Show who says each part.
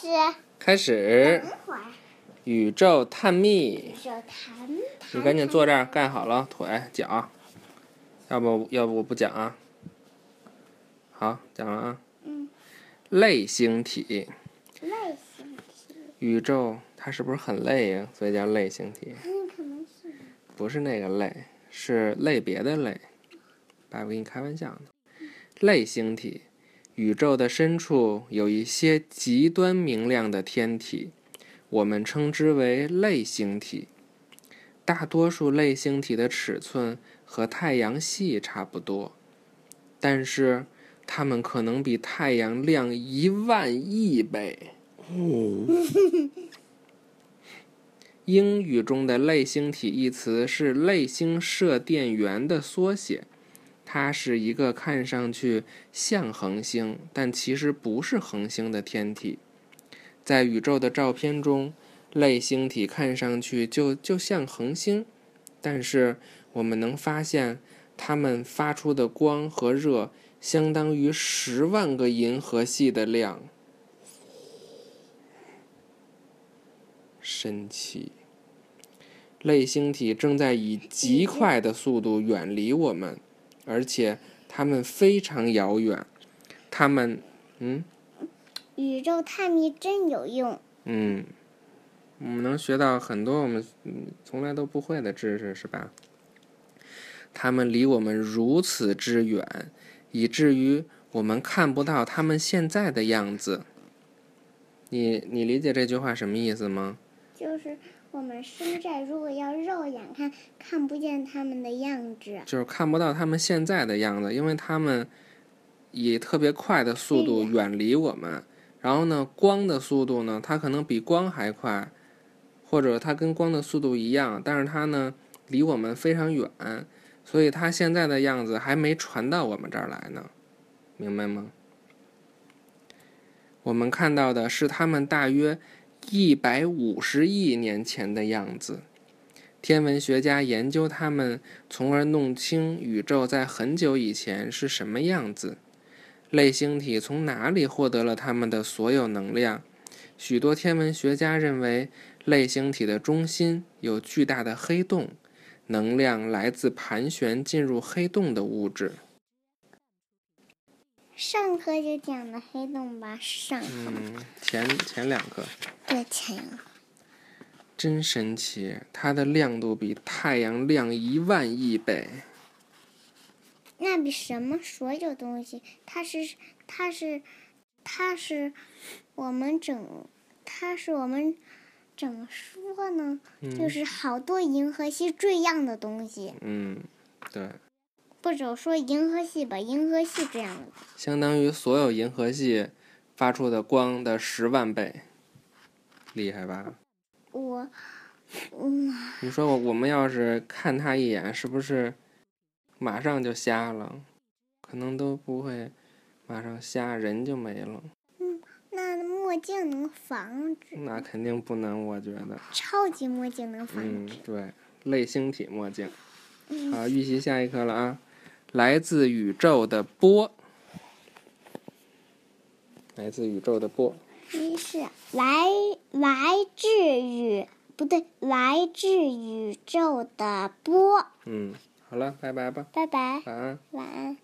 Speaker 1: 始，
Speaker 2: 开始
Speaker 1: 等会儿
Speaker 2: 宇宙探秘，
Speaker 1: 手弹
Speaker 2: 你赶紧坐这儿盖好了腿脚，要不要不我不讲啊？好，讲了啊。
Speaker 1: 嗯。
Speaker 2: 类星体，
Speaker 1: 类型题，
Speaker 2: 宇宙它是不是很累呀、所以叫类星体，
Speaker 1: 嗯，可能是
Speaker 2: 不是那个类，是类别的类。爸爸跟你开玩笑呢。类星体，宇宙的深处有一些极端明亮的天体，我们称之为类星体。大多数类星体的尺寸和太阳系差不多，但是它们可能比太阳亮一万亿倍。英语中的“类星体”一词是类星射电源的缩写，它是一个看上去像恒星，但其实不是恒星的天体。在宇宙的照片中，类星体看上去就就像恒星，但是我们能发现它们发出的光和热相当于十万个银河系的量。神奇。类星体正在以极快的速度远离我们，而且它们非常遥远。它们，嗯
Speaker 1: 宇宙探秘真有用。
Speaker 2: 嗯，我们能学到很多我们嗯从来都不会的知识，是吧？它们离我们如此之远，以至于我们看不到它们现在的样子。你你理解这句话什么意思吗？
Speaker 1: 就是我们身在，如果要肉眼看，看不见他们的样子。
Speaker 2: 就是看不到他们现在的样子，因为他们以特别快的速度
Speaker 1: 对呀
Speaker 2: 远离我们。然后呢，光的速度呢，它可能比光还快，或者它跟光的速度一样，但是它呢离我们非常远，所以它现在的样子还没传到我们这儿来呢，明白吗？我们看到的是他们大约一百五十亿年前的样子。天文学家研究它们从而弄清宇宙在很久以前是什么样子，类星体从哪里获得了它们的所有能量。许多天文学家认为，类星体的中心有巨大的黑洞，能量来自盘旋进入黑洞的物质。
Speaker 1: 上课就讲的黑洞吧，上课、
Speaker 2: 嗯，前前两个
Speaker 1: 对前两个
Speaker 2: 真神奇，它的亮度比太阳亮一万亿倍。
Speaker 1: 那比什么所有东西，它是它是它是我们整，它是我们怎么说呢？就是好多银河系这样的东西，
Speaker 2: 嗯，对。
Speaker 1: 不者说银河系吧，银河系这样的。
Speaker 2: 相当于所有银河系发出的光的十万倍，厉害吧？
Speaker 1: 我，嗯，
Speaker 2: 你说我我们要是看它一眼，是不是马上就瞎了？可能都不会马上瞎，人就没了。
Speaker 1: 那墨镜能防止，
Speaker 2: 那肯定不能，我觉得。
Speaker 1: 超级墨镜能防
Speaker 2: 嗯
Speaker 1: 止。，
Speaker 2: 对，类星体墨镜。好，预习下一课了啊！来自宇宙的波，来自宇宙的波。
Speaker 1: 一是来来自宇不对，来自宇宙的波。
Speaker 2: 嗯，好了，拜拜吧，
Speaker 1: 拜拜，
Speaker 2: 晚安。
Speaker 1: 晚安。